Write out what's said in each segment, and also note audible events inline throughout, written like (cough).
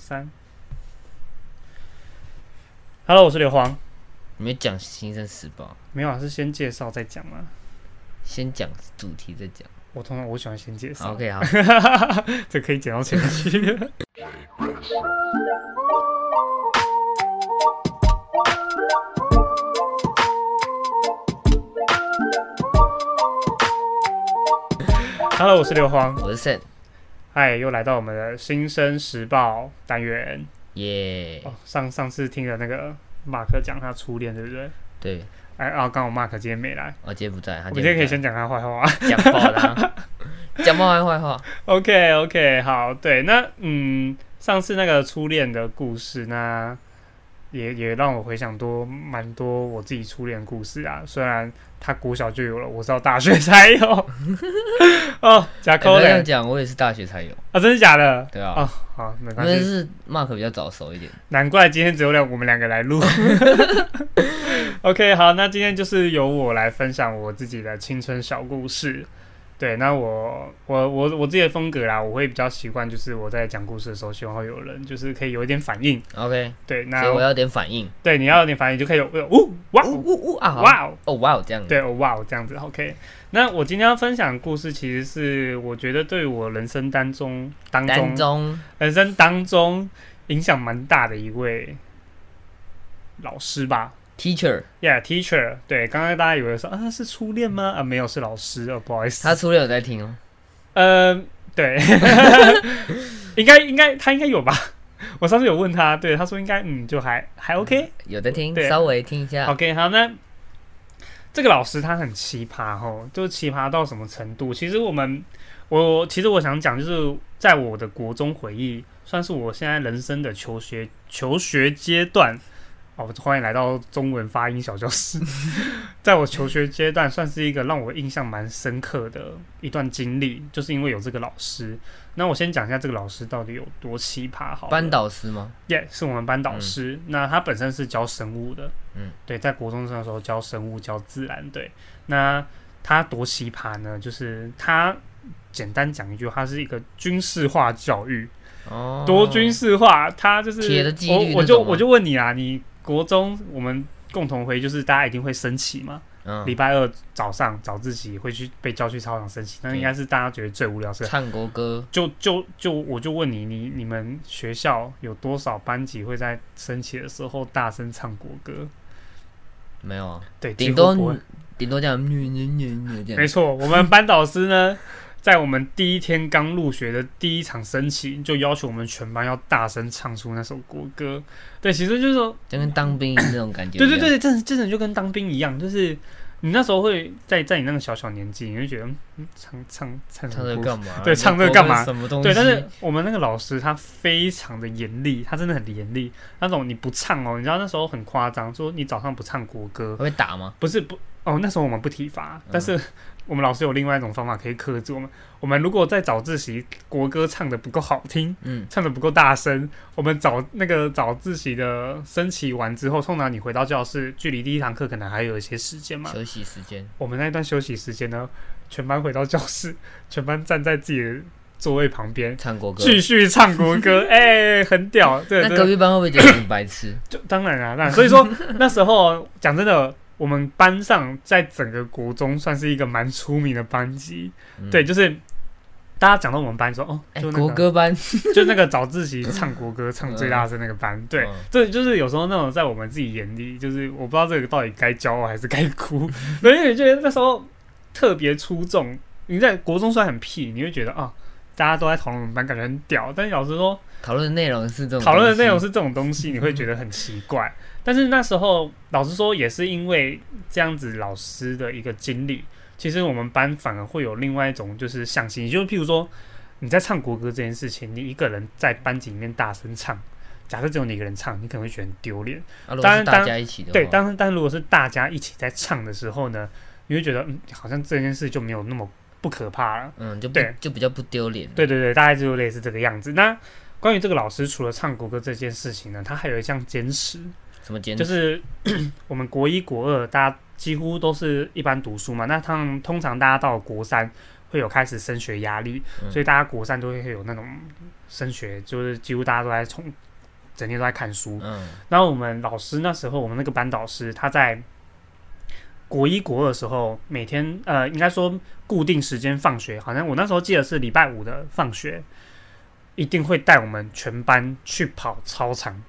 三。Hello，我是刘黄。你没讲《新生时报》，没有啊，是先介绍再讲嘛。先讲主题再讲。我通常我喜欢先介好绍， OK，好， (laughs) 这可以剪到前期。Hello，我是刘黄。我是 Sen，嗨，又来到我们的新生时报单元。耶、哦，上上次听了那个马克讲他初恋，对不对？对，哎啊，刚好马克今天没来，我、今天不在，他我啊们今天可以不先讲他坏话。 (laughs) 在讲爆他，讲爆他坏话。 OK OK，好，对，那嗯，上次那个初恋的故事，那也也让我回想多蛮多我自己初恋的故事啊。虽然他国小就有了，我是到大学才有。 (laughs) 哦，假欸、不扣要这样嘞讲，我也是大学才有，啊，真的假的？对啊，哦，好，没因关为系，是 Mark 比较早熟一点。难怪今天只有两我们两个来录。OK，好，那今天就是由我来分享我自己的青春小故事。对，那我我我我自己的风格啦，我会比较习惯，就是我在讲故事的时候，希望有人就是可以有一点反应。 OK，对，所以我那要有点反应。对你要有点反应，就可以有有呜哇呜呜呜啊！好哇哦，哦哇哦，这样对哦哇哦这样子。OK，那我今天要分享的故事，其实是我觉得对我人生当中当单中中人生当中影响蛮大的一位老师吧。 teacher， Yeah，teacher，对，刚刚大家以为说啊是初恋吗？啊，没有，是老师哦，不好意思。他初恋有在听哦。呃，对，应该应该他应该有吧？ (laughs) 我上次有问他，对他说应该嗯就还还 OK，OK，、有在听对，稍微听一下。 OK，好，那这个老师他很奇葩哦，就奇葩到什么程度？其实我们，我其实我想讲，就是在我的国中回忆，算是我现在人生的求学求学阶段。哦，欢迎来到中文发音小教室。 (laughs) 在我求学阶段，算是一个让我印象蛮深刻的一段经历，就是因为有这个老师。那我先讲一下这个老师到底有多奇葩好了。班导师吗？耶是我们班导嗯师。那他本身是教生物的，嗯，对，在国中生的时候教生物、教自然，对。那他多奇葩呢？就是他简单讲一句，他是一个军事化教育，哦，多军事化。他就是铁的纪律我我那就种吗我就问你啊，你国中我们共同回忆就是大家一定会升旗嘛？嗯礼拜二早上早自习会去被叫去操场升旗，那对应该是大家觉得最无聊的事唱国歌，就就就我就问你，你你们学校有多少班级会在升旗的时候大声唱国歌？没有啊，对，几顶乎多不会顶多这样，嗯女女女女这没样。错，我们班导师呢，在我们第一天刚入学的第一场升旗，就要求我们全班要大声唱出那首国歌。对，其实就是说，就跟当兵那种感觉一对样。对对，真的真的就跟当兵一样，就是你那时候会在在你那个小小年纪，你就觉得嗯嗯，唱唱唱什唱么这国歌个干嘛？对你唱这个干嘛国歌什么东西？对，但是我们那个老师他非常的严厉，他真的很严厉，那种你不唱哦，你知道那时候很夸张，说你早上不唱国歌，会被打吗？不是不哦，那时候我们不体罚，嗯但是我们老师有另外一种方法可以克制我们。我们如果在早自习国歌唱的不够好听，嗯，唱的不够大声，我们早那个早自习的升旗完之后，通常你回到教室，距离第一堂课可能还有一些时间嘛，休息时间，我们那一段休息时间呢，全班回到教室，全班站在自己的座位旁边。唱国歌。继续唱国 (laughs) 歌，哎、很屌，对那隔对，壁班会不会觉得你白痴？就当然啊，当然，所以说那时候 (laughs) 讲真的，我们班上在整个国中算是一个蛮出名的班级，嗯对，，就是大家讲到我们班说，哦，哎，就那国个，歌班， (laughs) 就那个早自习唱国歌唱最大声那个班，对，嗯这就是有时候那种在我们自己眼里，就是我不知道这个到底该骄傲还是该 (laughs) 哭，所以你觉得那时候特别出众。你在国中虽然很屁，你会觉得啊、大家都在讨论我们班，感觉很屌，但是老师说讨论的内容是这种东西，嗯讨论的内容是这种东西，你会觉得很奇怪。 (laughs) 但是那时候老师说，也是因为这样子老师的一个经历，其实我们班反而会有另外一种就是向心，也就是譬如说你在唱国歌这件事情，你一个人在班级里面大声唱。假设只有你一个人唱，你可能会觉得很丢脸。啊，如果当是然大家一起的话，对，但但如果是大家一起在唱的时候呢，你会觉得嗯，好像这件事就没有那么不可怕了。嗯，就不对就比较不丢脸。对对对，大概就类似这个样子。那关于这个老师，除了唱国歌这件事情呢，他还有一项坚持，什么坚就持？是 (clears throat) 我们国一、国二，大家几乎都是一般读书嘛。那他们通常大家到了国三会有开始升学压力，嗯所以大家国三都会有那种升学，就是几乎大家都在冲，整天都在看书。嗯然后我们老师那时候，我们那个班导师他在国一国二的时候，每天呃，应该说固定时间放学，好像我那时候记得是礼拜五的放学，一定会带我们全班去跑操场。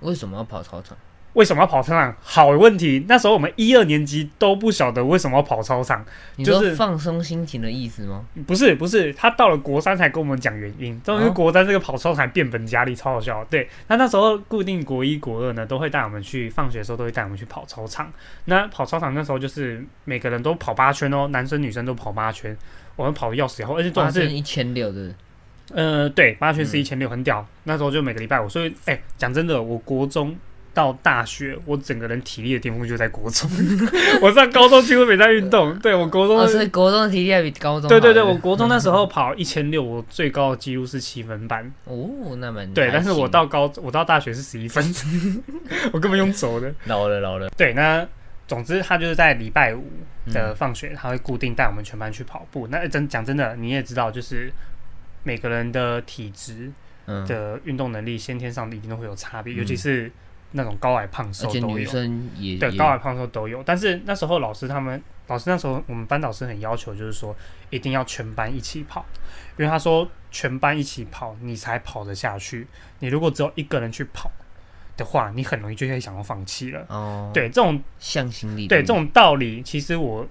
为什么要跑操场？为什么要跑操场？好问题。那时候我们一二年级都不晓得为什么要跑操场，你就说是放松心情的意思吗？不是不是，他到了国三才跟我们讲原因。终于哦国三这个跑操场变本加厉，超好笑。对，那那时候固定国一国二呢，都会带我们去放学的时候都会带我们去跑操场。那跑操场那时候就是每个人都跑八圈哦，男生女生都跑八圈，我们跑的要死要活，而且重八点是千一千六的，呃，对，八圈是一嗯千六，很屌。那时候就每个礼拜五，所以哎，讲、真的，我国中到大学，我整个人体力的巅峰就在国中。 (laughs) 我上高中几乎没在运动，对我国中哦，的、所以国中的体力还比高中对对好对，的我国中那时候跑一千六，我最高的记录是七分半。哦，那蛮对，还但是我行到高，我到大学是十一分， (laughs) 我根本用走的。老了老了，对，那总之他就是在礼拜五嗯的放学，他会固定带我们全班去跑步。那呃真讲真的，你也知道，就是每个人的体质嗯，的运动能力先天上的一定都会有差别，嗯尤其是那种高矮胖而瘦且都女有。生也对，也高矮胖瘦都有。但是那时候老师他们，老师那时候我们班导师很要求，就是说一定要全班一起跑，因为他说全班一起跑你才跑得下去。你如果只有一个人去跑的话，你很容易就会想要放弃了。哦，对，这种向心力，对这，种道理，其实我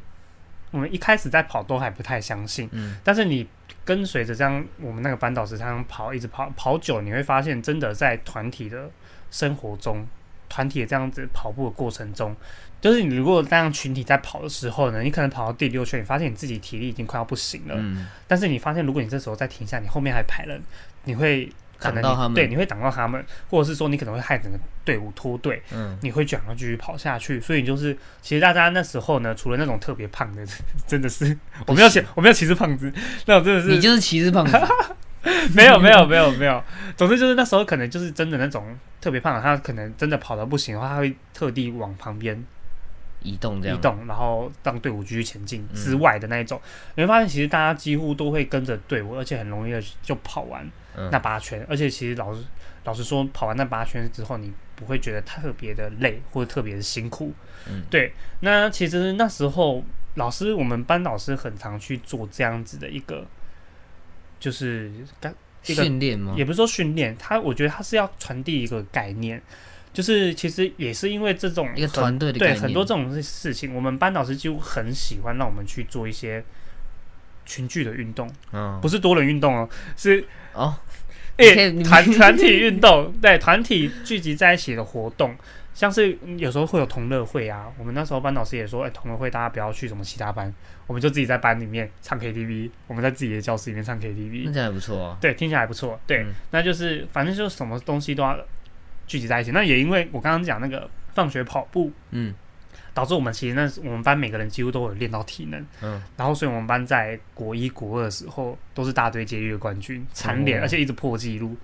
我们一开始在跑都还不太相信。嗯但是你跟随着这样，我们那个班导师这样跑，一直跑跑久，你会发现，真的在团体的生活中，团体这样子跑步的过程中，就是你如果这样群体在跑的时候呢，你可能跑到第六圈，你发现你自己体力已经快要不行了，嗯，但是你发现如果你这时候再停下，你后面还排人，你会。可能挡到他你们对，你会挡到他们，或者是说你可能会害整个队伍脱队，嗯，你会想要继续跑下去。所以就是，其实大家那时候呢，除了那种特别胖的，真的是我没有歧，我没有歧视胖子， (laughs) 那种真的是你就是骑士胖子，没有没有没有没有，总之就是那时候可能就是真的那种特别胖的，他可能真的跑得不行的话，他会特地往旁边移动这移样，动，然后让队伍继续前进嗯之外的那一种，你会发现其实大家几乎都会跟着队伍，而且很容易的就跑完嗯那八圈，而且其实老实老实说，跑完那八圈之后，你不会觉得特别的累或者特别的辛苦。嗯对，那其实那时候老师，我们班老师很常去做这样子的一个，就是干一个训练吗？也不是说训练，他我觉得他是要传递一个概念，就是其实也是因为这种一个很团队的概对念，很多这种事事情，我们班导师几乎很喜欢让我们去做一些群聚的运动，嗯不是多人运动哦，是哦，你可以诶 (laughs) 团团体运动，对团体聚集在一起的活动。像是嗯有时候会有同乐会啊，我们那时候班导师也说，哎、同乐会大家不要去什么其他班，我们就自己在班里面唱 KTV，我们在自己的教室里面唱 KTV，那这样还不错啊，对，听起来不错。对，嗯那就是反正就是什么东西都要聚集在一起。那也因为我刚刚讲那个放学跑步，嗯导致我们其实那时我们班每个人几乎都有练到体能，嗯，然后所以我们班在国一、国二的时候都是大队接力的冠军，蝉联，哦而且一直破纪 (laughs) 录。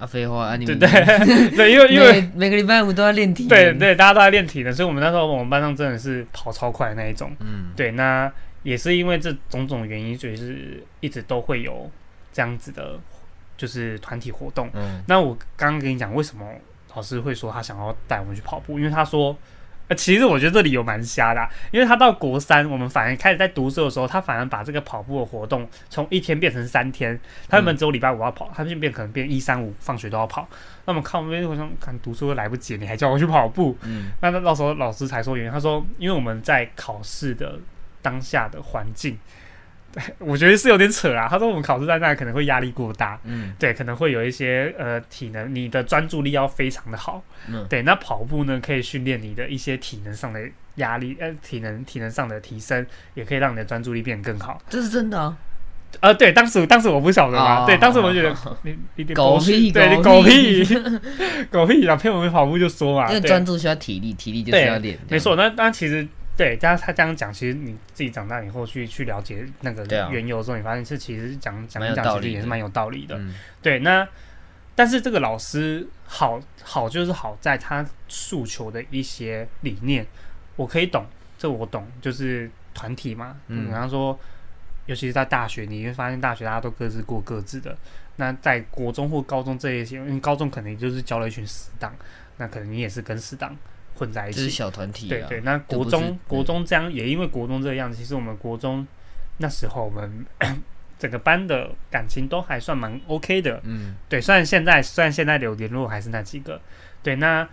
啊，废话啊，你对们对对，因为因为。每每个礼拜五都要练体，对，对，大家都在练体能，所以我们那时候我们班上真的是跑超快的那一种。嗯，对，那也是因为这种种原因，就是一直都会有这样子的，就是团体活动。嗯，那我刚刚跟你讲，为什么老师会说他想要带我们去跑步？因为他说，呃，其实我觉得这理由蛮瞎的啊、因为他到国三，我们反而开始在读书的时候，他反而把这个跑步的活动从一天变成三天。他原本只有礼拜五要跑，他就变可能变一三五放学都要跑。那么看我们，我想看读书都来不及，你还叫我去跑步？嗯那那到时候老师才说原因，他说因为我们在考试的当下的环境。 (laughs) 对我觉得是有点扯啊。他说我们考试在那可能会压力过大，嗯对，可能会有一些呃体能，你的专注力要非常的好。嗯对，那跑步呢，可以训练你的一些体能上的压力，呃，体能体能上的提升，也可以让你的专注力变得更好。这是真的啊，呃，对，当时当时我不晓得嘛，哦对，当时我就觉得你你你狗狗屁对你狗狗屁屁狗屁， (laughs) 然后骗我们跑步就说嘛，因为啊对专注需要体力，体力就是对要练，没，错，那那其实对，但他这样讲，其实你自己长大以后去去了解那个对啊缘由的时候，你发现是其实讲讲蛮一有讲，道其实理也是的蛮有道理的。嗯对，那但是这个老师好好就是好在他诉求的一些理念，我可以懂，这我懂，就是团体嘛。嗯嗯，然后说尤其是在大学，你会发现大学大家都各自过各自的。那在国中或高中这一些，因为高中可能就是交了一群死党，那可能你也是跟死党混在一这是起。小团体对啊，对，那国不是中国中这样也因为国中这个样子，其实我们国中那时候我们 (coughs) 整个班的感情都还算蛮 OK 的。嗯，对，虽然现在虽然现在有联络还是那几个，对，那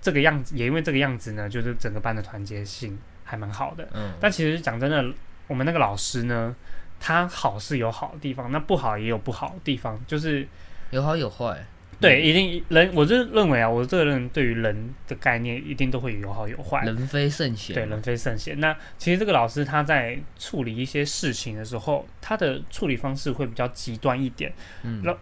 这个样子也因为这个样子呢，就是整个班的团结性还蛮好的。嗯但其实讲真的，我们那个老师呢，他好是有好的地方，那不好也有不好的地方，就是有好有坏，嗯对，一定人，我就是认为啊，我这个人对于人的概念一定都会有好有坏，人非圣贤，对，人非圣贤。那其实这个老师他在处理一些事情的时候，他的处理方式会比较极端一点。嗯，那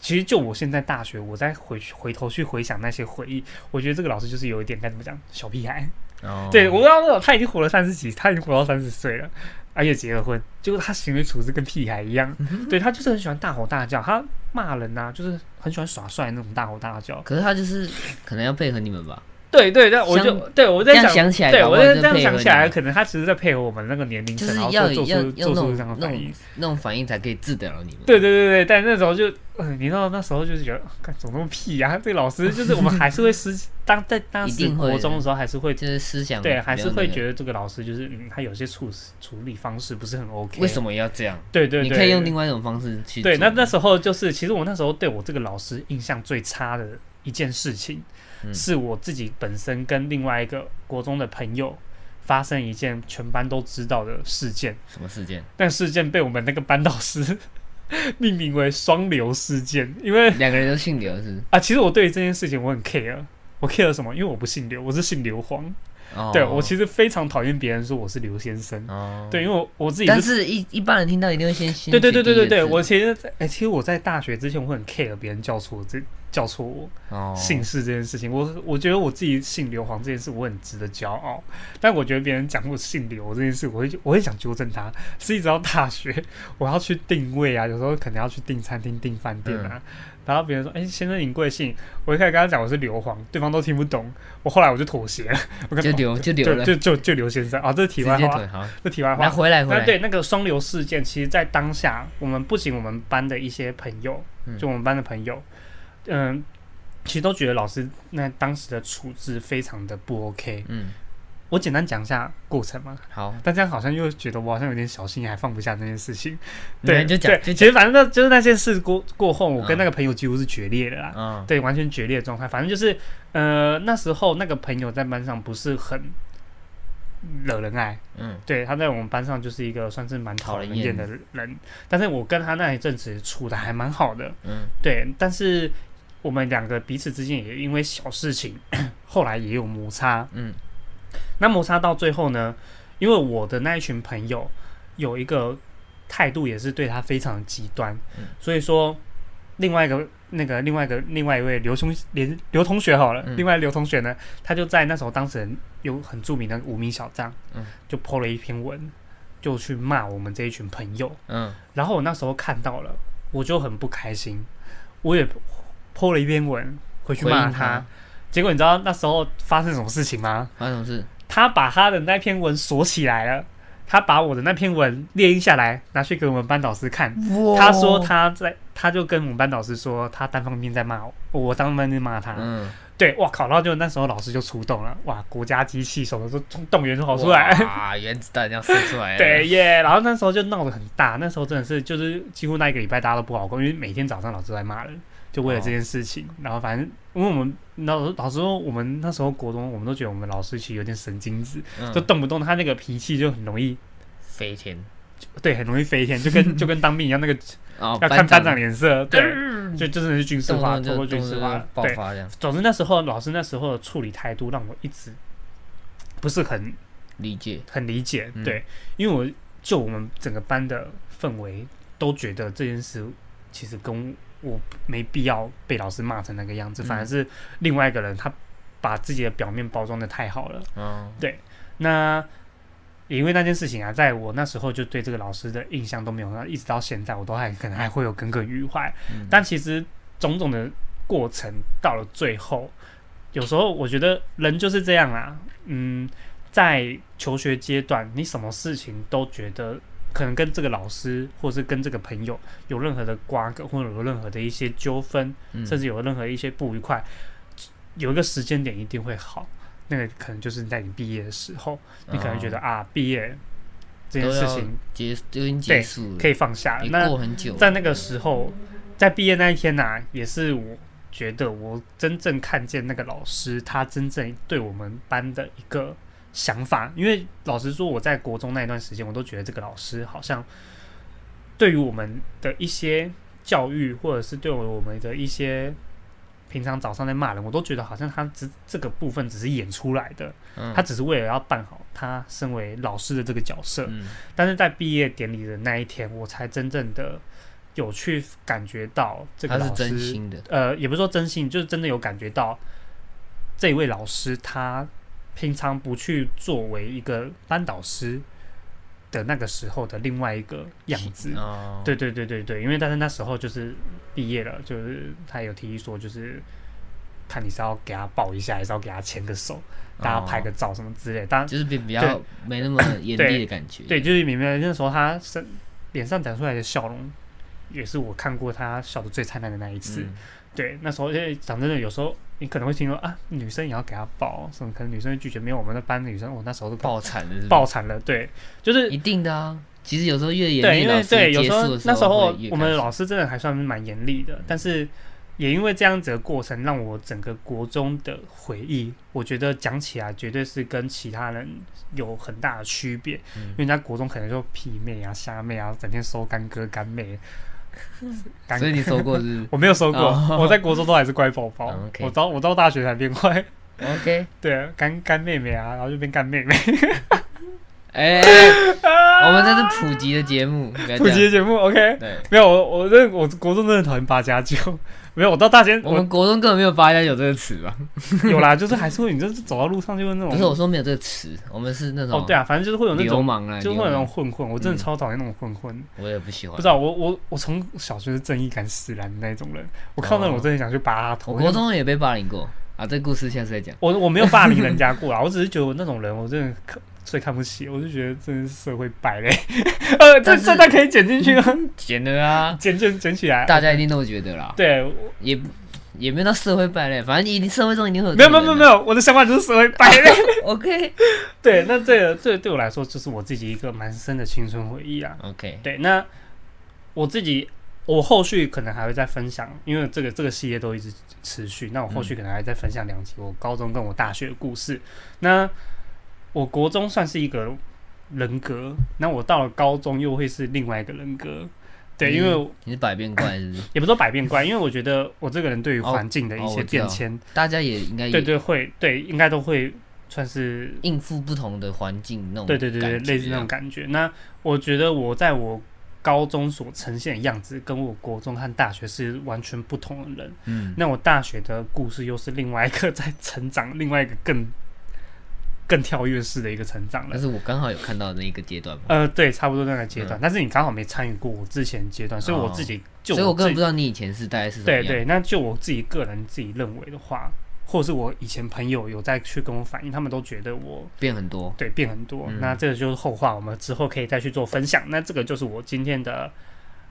其实就我现在大学，我再回去回头去回想那些回忆，我觉得这个老师就是有一点该怎么讲，小屁孩。哦对，我不知道他已经活了三十几，他已经活到三十岁了，而且结了婚，结果他行为处事跟屁孩一样。嗯对他就是很喜欢大吼大叫，他骂人呐、就是很喜欢耍帅那种大吼大叫。可是他就是可能要配合你们吧，对对对，我就像对我这在样想，想起来，对搞不我好在真这的样配想合起来，你可能他其实在配合我们那个年龄就层，是然后要做要出要做出那种这样的那反种应。那种反应才可以治得了你们。对对对对，但那时候就，嗯，你知道那时候就是觉得，看怎么那么屁呀、这个老师就是我们还是会失当在当一时定会的国中的时候还是会就是思想对，还是会觉得得这个老师就是嗯，他有些处事处理方式不是很 OK。为什么？么要这样？对对对，你可以用对另外一种方式去对。做那那时候就是，其实我那时候对我这个老师印象最差的一件事情，嗯是我自己本身跟另外一个国中的朋友发生一件全班都知道的事件，什么事件？但事件被我们那个班导师 (laughs) 命名为“双流事件”，因为两个人都姓刘是？啊，其实我对于这件事情我很 care。我 care 什么？因为我不姓刘，我是姓刘皇。哦， (laughs) 对我其实非常讨厌别人说我是刘先生。哦，对，因为我我自己但是，是一一般人听到一定会先先对对对对对对，先我其实在，哎、其实我在大学之前，我很 care 别人叫错我这叫错我哦姓氏这件事情。我我觉得我自己姓刘皇这件事，我很值得骄傲。但我觉得别人讲我姓刘这件事，我会我会想纠正他。是一直到大学， (laughs) 我要去定位啊，有时候可能要去订餐厅、订饭店啊。嗯然后别人说：“哎、先生，您贵姓？”我一开始跟他讲我是刘皇，对方都听不懂。我后来我就妥协了，我跟就 (laughs) 刘就刘就了，就就就刘先生啊，这是题直外接话，腿好，这题外话来。回来回那来，对那个双流事件，其实，在当下，我们不仅我们班的一些朋友，嗯就我们班的朋友，嗯、其实都觉得老师那当时的处置非常的不 OK。嗯，我简单讲一下过程嘛，好，大家好像又觉得我好像有点小心眼，还放不下那件事情。那对，你就讲对就其讲，实反正那就是那件事过过后，我跟嗯那个朋友几乎是决裂了啦。嗯，对，完全决裂的状态。反正就是，呃，那时候那个朋友在班上不是很惹人爱，嗯，对，他在我们班上就是一个算是蛮讨讨人人厌厌的人。但是我跟他那一阵子处的还蛮好的，嗯，对。但是我们两个彼此之间也因为小事情， (coughs) 后来也有摩擦，嗯，那摩擦到最后呢，因为我的那一群朋友有一个态度也是对他非常极端，嗯所以说另外一个那个另外一个另外一位刘兄连刘同学好了，嗯另外刘同学呢，他就在那时候当时很有很著名的无名小站，嗯就 po 了一篇文，就去骂我们这一群朋友，嗯，然后我那时候看到了，我就很不开心，我也 po 了一篇文回去回应骂他，结果你知道那时候发生什么事情吗？发生什么事？他把他的那篇文锁起来了，他把我的那篇文列印下来，拿去给我们班导师看。他说他在，他就跟我们班导师说他单方面在骂我，我单方面骂他。嗯，对，哇靠！然后就那时候老师就出动了，哇，国家机器什么都动员跑出来。啊，原子弹这样射出来，对，耶然后那时候就闹得很大，那时候真的是就是几乎那一个礼拜大家都不好过，因为每天早上老师都在骂人，就为了这件事情。然后反正因为我们老老师说我们那时候国中，我们都觉得我们老师其实有点神经质，就嗯，动不动他那个脾气就很容易，飞天，对，很容易飞天，就 (laughs) 跟就跟当兵一样，那个哦，要看班长脸色，对，嗯就就真的是军事动化，不动透过就军动事不化动就，爆对。发这样，总之那时候老师那时候的处理态度让我一直不是很理解，很理解，嗯对，因为我就我们整个班的氛围都觉得这件事其实跟我没必要被老师骂成那个样子，嗯反而是另外一个人他把自己的表面包装的太好了。嗯，那也因为那件事情啊，在我那时候就对这个老师的印象都没有很好，一直到现在我都还可能还会有耿耿于怀。嗯但其实种种的过程到了最后，有时候我觉得人就是这啊样啦、嗯，在求学阶段，你什么事情都觉得可能跟这个老师或是跟这个朋友有任何的瓜葛，或者有任何的一些纠纷，嗯甚至有任何一些不愉快，有一个时间点一定会好。那个可能就是在你毕业的时候，你可能觉得、哦啊，毕业这件都事要情结都已经对结束可了，以放下了。也那过很久了，在那个时候，在毕业那一天呐、也是我觉得我真正看见那个老师他真正对我们班的一个想法。因为老实说，我在国中那一段时间，我都觉得这个老师好像对于我们的一些教育，或者是对我们的一些平常早上在骂人，我都觉得好像他只这个部分只是演出来的，嗯他只是为了要办好他身为老师的这个角色。嗯但是在毕业典礼的那一天，我才真正的有去感觉到这个他是老真师，心的，呃，也不是说真心，就是真的有感觉到这一位老师他平常不去作为一个班导师的那个时候的另外一个样子。哦，对对对对对，因为但是那时候就是毕业了，就是他有提议说，就是看你是要给他抱一下，还是要给他牵个手，大家拍个哦，照什么之类。当然就是比比较没那么严厉的感觉，对，就是明明那时候他身脸上长出来的笑容，也是我看过他笑的最灿烂的那一次。嗯，对，那时候因为讲真的，有时候你可能会听说啊，女生也要给他抱，什么可能女生会拒绝，没有我们的班的女生，我那时候都爆惨的是不是爆惨了。对，就是一定的啊。其实有时候越严对，厉，因老为师对，有结时束候的那时候会越我们开的心老师真的还算蛮严厉的，但是也因为这样子的过程，让我整个国中的回忆，我觉得讲起来绝对是跟其他人有很大的区别，嗯因为在国中可能就屁妹啊、虾妹啊，整天收干哥干妹， (laughs) 干所以你收过是不是我没有收过，哦我在国中都还是乖宝宝，嗯，OK 我到我到大学才变乖， OK？对，干干妹妹啊，然后就变干妹妹，哎、我们这是普及的节目，不 (laughs) 要普这及样。的节目 OK。对，没有，我我认我国中真的很讨厌八加九，没有，我到大学我们国中根本没有“八加九”这个词吧？有啦，就是还是会，你就是走到路上就会那种，不是，我说没有这个词，我们是那种哦，对啊，反正就是会有那流种，氓啊，就是流会有那种氓，嗯混混，我真的超讨厌那种混混。我也不喜欢。不知道，我我我从小就是正义感使然的那种人，我看到那种哦我真的想去拔他头。我国中也被霸凌过啊，这故事下次再讲。我我没有霸凌人 (laughs) 家过啦，我只是觉得我那种人我真的可最看不起，我就觉得真的是社会败类。 (laughs) 呃，这但是这段可以剪进去吗？ (laughs) 剪了啊，剪剪剪起来。大家一定都觉得啦，对，我也也没有到社会败类，反正一定社会中一定会有。没有没有没有没有，我的想法就是社会败类。有。OK 对，那这个这个对我来说就是我自己一个蛮深的青春回忆啊。 OK，对，那我自己，我后续可能还会再分享，因为这个这个系列都一直持续。那我后续可能还再分享两集我高中跟我大学的故事。那我国中算是一个人格，那我到了高中又会是另外一个人格。对，嗯因为你是百变怪是 (coughs) 不是？也不是说百变怪，因为我觉得我这个人对于环境的哦一哦些我知变道迁，大家也应该对也对会对应该都会算是应付不同的环境那种对对对对，感觉啊类似那种感觉。那我觉得我在我高中所呈现的样子，跟我国中和大学是完全不同的人。嗯，那我大学的故事又是另外一个 (laughs) 在成长，另外一个更更跳跃式的一个成长但了。是我刚好有看到那一个阶段嘛，呃，对，差不多那个阶段，但是你刚好没参与过我之前阶段，所以我自己就哦所以我自根本己不知道你以前是大概是怎么对样。对，那就我自己个人自己认为的话，或者是我以前朋友有在去跟我反映，他们都觉得我变很多。对，变很多。嗯那这个就是后话，我们之后可以再去做分享。那这个就是我今天的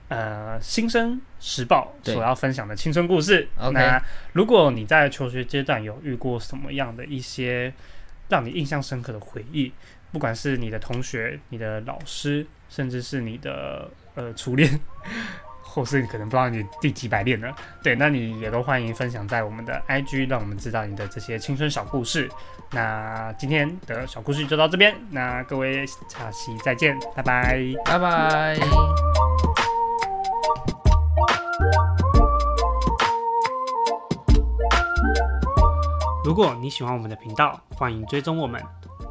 呃《新生时报》对所要分享的青春故事。 OK 那如果你在求学阶段有遇过什么样的一些让你印象深刻的回忆，不管是你的同学、你的老师，甚至是你的呃初恋。或是你可能不知道你第几百恋了，对，那你也都欢迎分享在我们的 IG，让我们知道你的这些青春小故事。那今天的小故事就到这边，那各位下期再见，拜拜。拜拜。如果你喜欢我们的频道，欢迎追踪我们。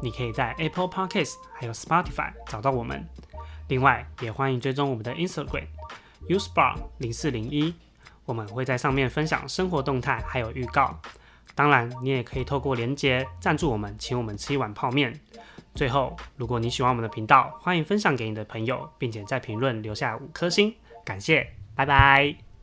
你可以在 Apple Podcast 还有 Spotify 找到我们。另外，也欢迎追踪我们的 Instagram usebar 零四零一，我们会在上面分享生活动态还有预告。当然，你也可以透过连接赞助我们，请我们吃一碗泡面。最后，如果你喜欢我们的频道，欢迎分享给你的朋友，并且在评论留下五颗星，感谢，拜拜。